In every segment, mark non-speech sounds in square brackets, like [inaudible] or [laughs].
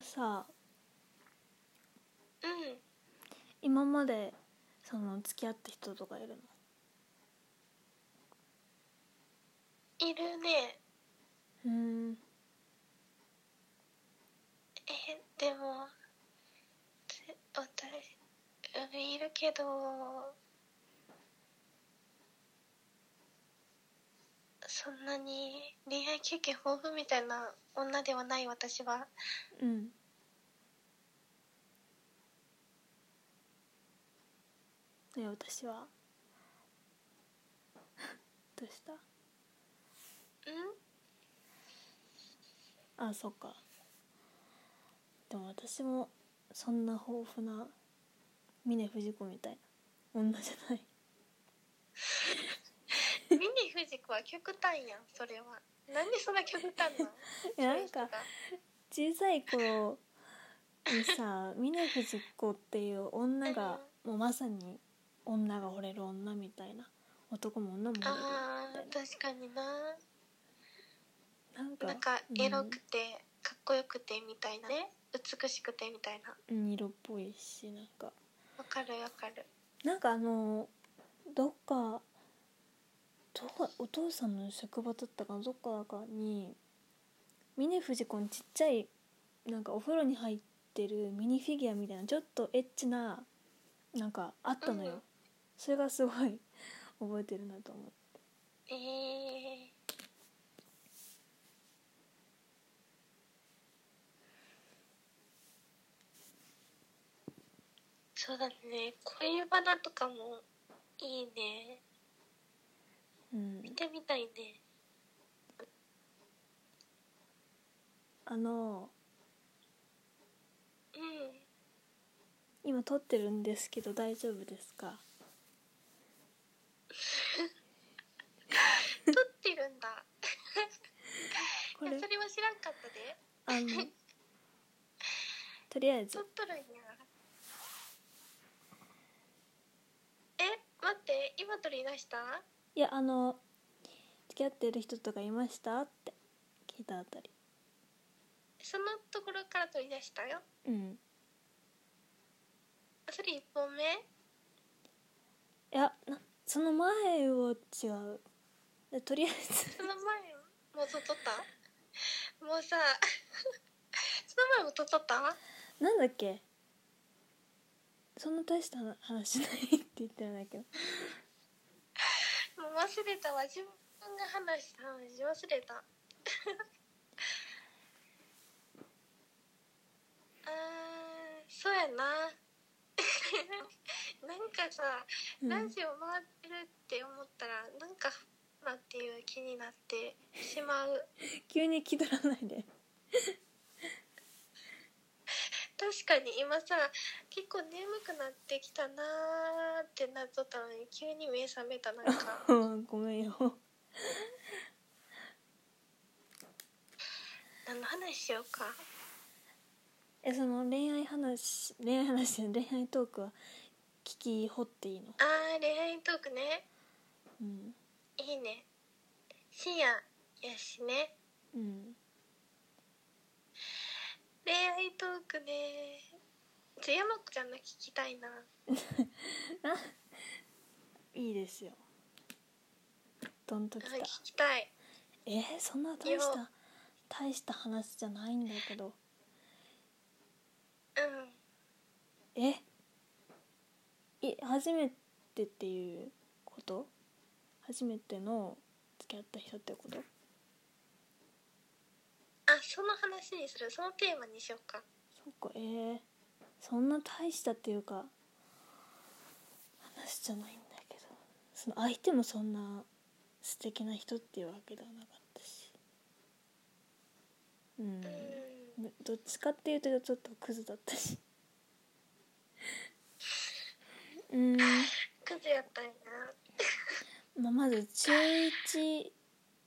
さうん今までその付き合った人とかいるのいるねうんえでもぜ私うんいるけどそんなに恋愛経験豊富みたいな女ではない [laughs] 私はうんで私は [laughs] どうしたうんあそっかでも私もそんな豊富な峰不二子みたいな女じゃないミニフジコは極端やんそれはなんでそんな極端なの [laughs] いやなんか小さい頃にさ峰不二子っていう女がもうまさに女が惚れる女みたいな男も女も惚れるあー確かにななんかなんかうんエロくてかっこよくてみたいなね美しくてみたいなうん色っぽいしなんかわかるわかるなんかあのどっかどこお父さんの職場だったかなどっかかに峰不二子のちっちゃいなんかお風呂に入ってるミニフィギュアみたいなちょっとエッチななんかあったのよ、うんそれがすごい [laughs] 覚えてるなと思うえー、そうだね恋バナとかもいいねうん見てみたいねあのうん今撮ってるんですけど大丈夫ですか撮ってるんだ [laughs] こいやれそれは知らんかったであ [laughs] のとりあえず撮っとるんやえ待って今撮り出したいやあの付き合ってる人とかいましたって聞いたあたりそのところから撮り出したようんそれ1本目いやなその前は違うでとりあえその前もう撮っとったもうさ [laughs] その前も撮っとったず [laughs] なんだっけそんな大した話しないって言ってるんだけどもう忘れたわ自分が話した話忘れた [laughs] あーそうやな [laughs] なんかさ、うんラジオ回ってるって思ったらなんかなっていう気になってしまう急に気取らないで [laughs] 確かに今さ結構眠くなってきたなーってなっとったのに急に目覚めたなんかうんごめんよ [laughs] 何の話しようかえその恋愛話恋愛話じゃない恋愛トークは聞き掘っていいのあー恋愛トークねうんいいね深夜やしねうん恋愛トークねちょ山子ちゃんの聞きたいないいですよどんとうんきた聞きたいえーそんな大した大した話じゃないんだけどうんえい初めてっていうこと初めての付き合った人ってことあその話にするそのテーマにしようかそっかえー、そんな大したっていうか話じゃないんだけどその相手もそんな素敵な人っていうわけではなかったしううんんどっちかっていうとちょっとクズだったし [laughs] うーん、クズやったんやなまあ、まず中1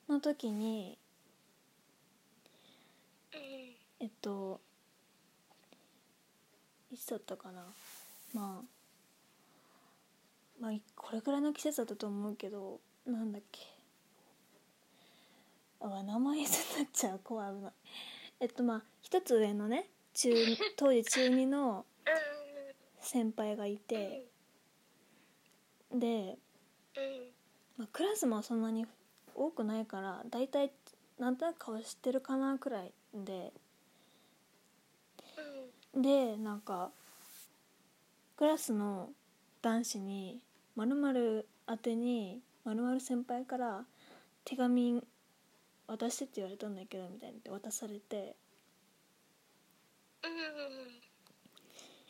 の時にうんえっといつだったかなまあまあこれくらいの季節だったと思うけどなんだっけあ名前になっちゃう怖い危ないえっとまあ一つ上のね中当時中2のう先輩がいんうんてで、うんまあ、クラスもそんなに多くないから大体なんとなく顔知ってるかなくらいでうんでなんかクラスの男子にまるまる宛てにまるまる先輩から手紙渡してって言われたんだけどみたいに言って渡されてうんうん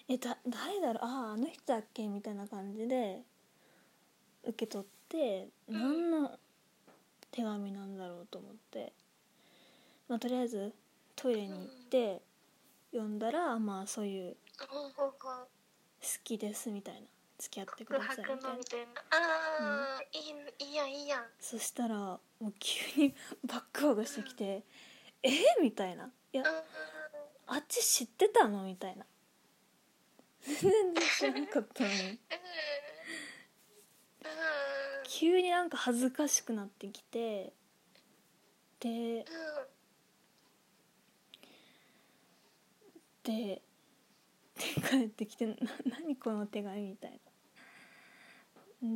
えだ誰だろうあああの人だっけみたいな感じで受け取ってうん何の手紙なんだろうと思って、まあ、とりあえずトイレに行って読んだらまあそういうほうほうほう「好きです」みたいな「付き合ってく告ださい」白みたいのなみたいなあー、いいいいやんいいやんそしたらもう急に [laughs] バックワードしてきて「えみたいな「いやうんあっち知ってたの?」みたいな全然知らなかったのに。う急になんか恥ずかしくなってきてでんうんで [laughs] で帰ってきて「な何この手紙」みたいな。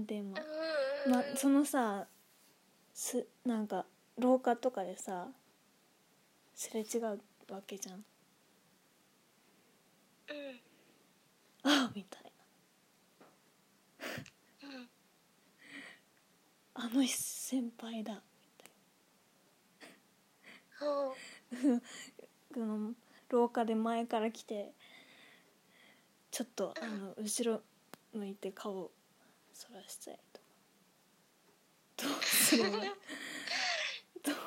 でまあうんまあ、そのさすなんか廊下とかでさすれ違うわけじゃんうん「ああ」みたいなうん「あの先輩だ」ほうこの廊下で前から来てちょっとあの後ろ向いて顔をそらしたいとどうすればいい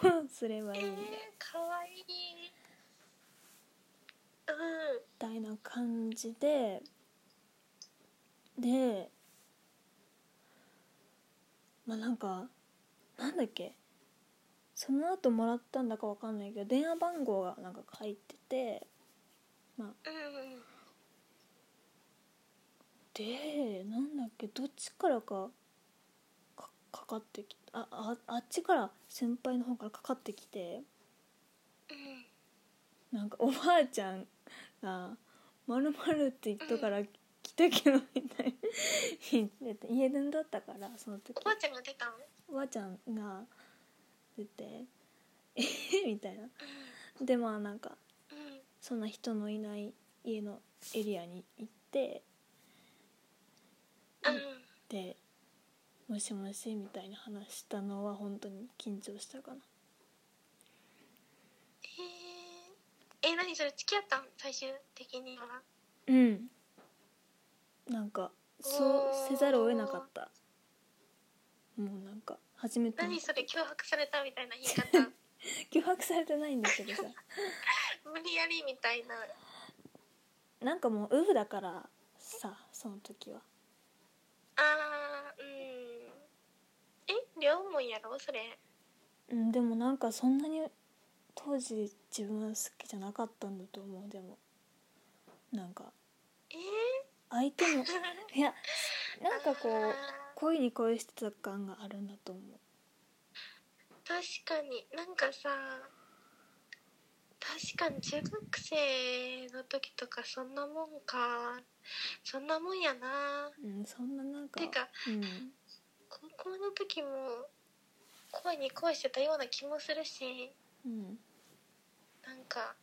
どうすればいいえんだーみ、かわいいうんたいな感じででまあなんかなんだっけその後もらったんだかわかんないけど電話番号がなんか書いててうんでなんだっけどっちからかかかかってきあああっちから先輩の方からかかってきてうんなんかおばあちゃんが「まるまるって言ったから来たけど」みたいな言ってて家電だったからその時おばあちゃんが出たのおばあちゃんが出て「え [laughs] みたいなでまあなんかうんそんな人のいない家のエリアに行ってうんうんで「もしもし」みたいに話したのは本当に緊張したかなえー、え何それ付き合ったん最終的にはうんなんかそうせざるを得なかったもうなんか初めて何それ脅迫されたみたいな言い方脅迫されてないんだけどさ無理やりみたいななんかもうウブだからさその時はあーうんえ両思いやろそれうんでもなんかそんなに当時自分は好きじゃなかったんだと思うでもなんかえ相手もいやなんかこあーう恋に恋してた感があるんだと思う確かになんかさ確かに中学生の時とかそんなもんかそんなもんやなうん、そんななんかてかうん、高校の時も恋に恋してたような気もするしうん、なんか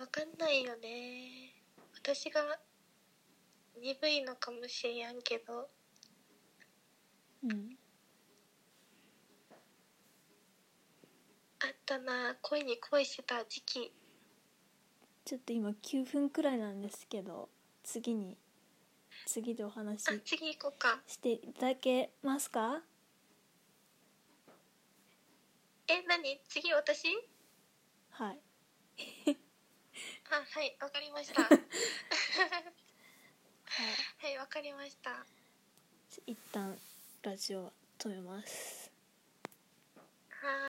わかんないよね私が鈍いのかもしれんけどうん、あったな恋に恋してた時期ちょっと今9分くらいなんですけど次に次でお話しあ次行こうかしていただけますかえ何次私はいあはいわかりましたははいわかりましたい一旦ラジオは止めますはい